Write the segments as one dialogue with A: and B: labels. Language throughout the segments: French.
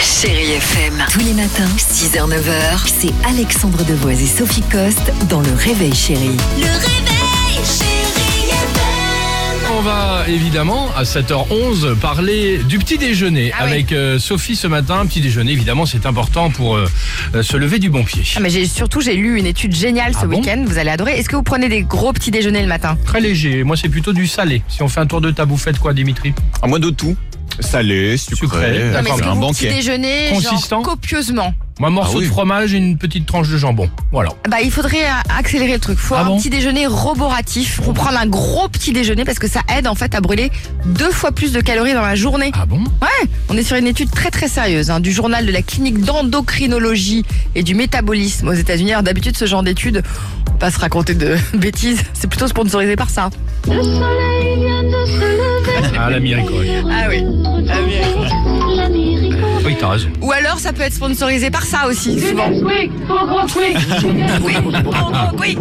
A: Chérie FM. Tous les matins, 6h, 9h, c'est Alexandre Devoise et Sophie Coste dans Le Réveil, chérie.
B: On va évidemment à 7h11 parler du petit déjeuner
C: Ah oui.
B: avec euh, Sophie ce matin. Petit déjeuner, évidemment, c'est important pour euh, euh, se lever du bon pied.
C: Ah, mais j'ai surtout j'ai lu une étude géniale ce
B: Ah bon
C: week-end, vous allez adorer. Est-ce que vous prenez des gros petits déjeuners le matin
B: Très léger. Moi, c'est plutôt du salé. Si on fait un tour de ta bouffette, quoi, Dimitri
D: À moins de tout. Salé,
B: Sucré,
D: sucré,
B: d'accord.
C: Non mais est-ce que
D: un
C: vous petit
D: banquet.
C: déjeuner
B: Consistant
C: genre copieusement
B: Moi, un morceau
D: Ah oui.
B: de fromage et une petite tranche de jambon. Voilà.
C: Bah il faudrait euh, accélérer le truc. Faut
B: Ah
C: un
B: bon
C: petit déjeuner roboratif pour prendre un gros petit déjeuner parce que ça aide en fait à brûler deux fois plus de calories dans la journée.
B: Ah bon
C: Ouais, on est sur une étude très très sérieuse hein, du journal de la clinique d'endocrinologie et du métabolisme aux États-Unis. Alors, D'habitude, ce genre d'études, on va pas se raconter de bêtises. C'est plutôt sponsorisé par ça.
B: Ah, l'Amérique, oui.
C: Ah oui.
B: Oui, t'as raison.
C: Ou alors, ça peut être sponsorisé par ça aussi, souvent. Oui, bon, oui,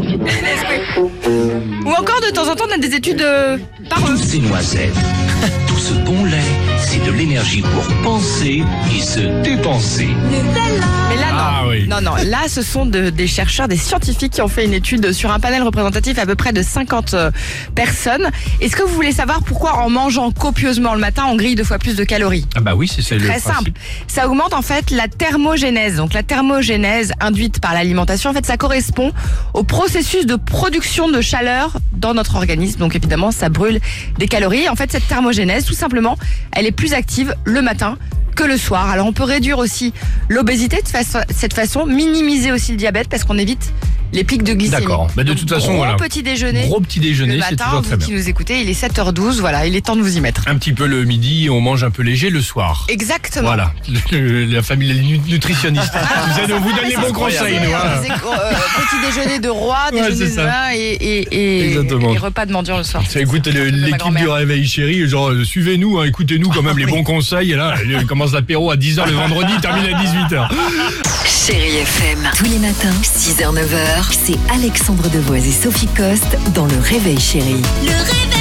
C: Ou encore, de temps en temps, on a des études euh, par eux.
E: Toutes ces noisettes, tout ce bon lait, c'est de l'énergie pour penser et se dépenser.
C: Mais là, non.
B: Ah oui.
C: Non, non. Là, ce sont de- des chercheurs, des scientifiques qui ont fait une étude sur un panel représentatif à peu près de 50 euh, personnes. Est-ce que vous voulez savoir pourquoi, en mangeant copieusement le matin, on grille deux fois plus de calories
B: Ah bah oui, c'est c'est le
C: Très
B: principe.
C: simple. Ça augmente en fait la thermogénèse. Donc la thermogénèse induite par l'alimentation, en fait, ça correspond au processus de production de chaleur dans notre organisme. Donc évidemment, ça brûle des calories. En fait, cette thermogénèse, tout simplement, elle est plus active le matin que le soir. Alors on peut réduire aussi l'obésité de fa- cette façon, minimiser aussi le diabète parce qu'on évite les pics de glycémie.
B: D'accord. Bah, de
C: Donc,
B: toute façon,
C: gros
B: voilà.
C: petit déjeuner.
B: Gros petit
C: le
B: déjeuner, c'est
C: matin,
B: toujours
C: vous
B: très bien.
C: qui nous écoutez, il est 7h12, voilà, il est temps de vous y mettre.
B: Un petit peu le midi, on mange un peu léger le soir.
C: Exactement.
B: Voilà, Le- la famille nu- nutritionniste. vous allez vous donne les bons conseils, nous. hein.
C: C'est, euh, petit déjeuner de roi,
B: Ouais,
C: déjeuner
B: c'est
C: de
B: ça.
C: nain et, et, et,
B: Exactement.
C: et repas de mendiant le soir.
B: Ça, Écoute, le-
C: Hein. ma
B: l'équipe du
C: grand-mère. Ah
B: Réveil Chéri, genre, euh, suivez-nous, hein, écoutez-nous quand même les bons conseils. Et là, elle commence l'apéro à 10h le vendredi, termine à 18h.
A: Chérie FM. Tous les matins, 6h, 9h, c'est Alexandre Devoise et Sophie Coste dans Le Réveil, chérie.
F: Le réveil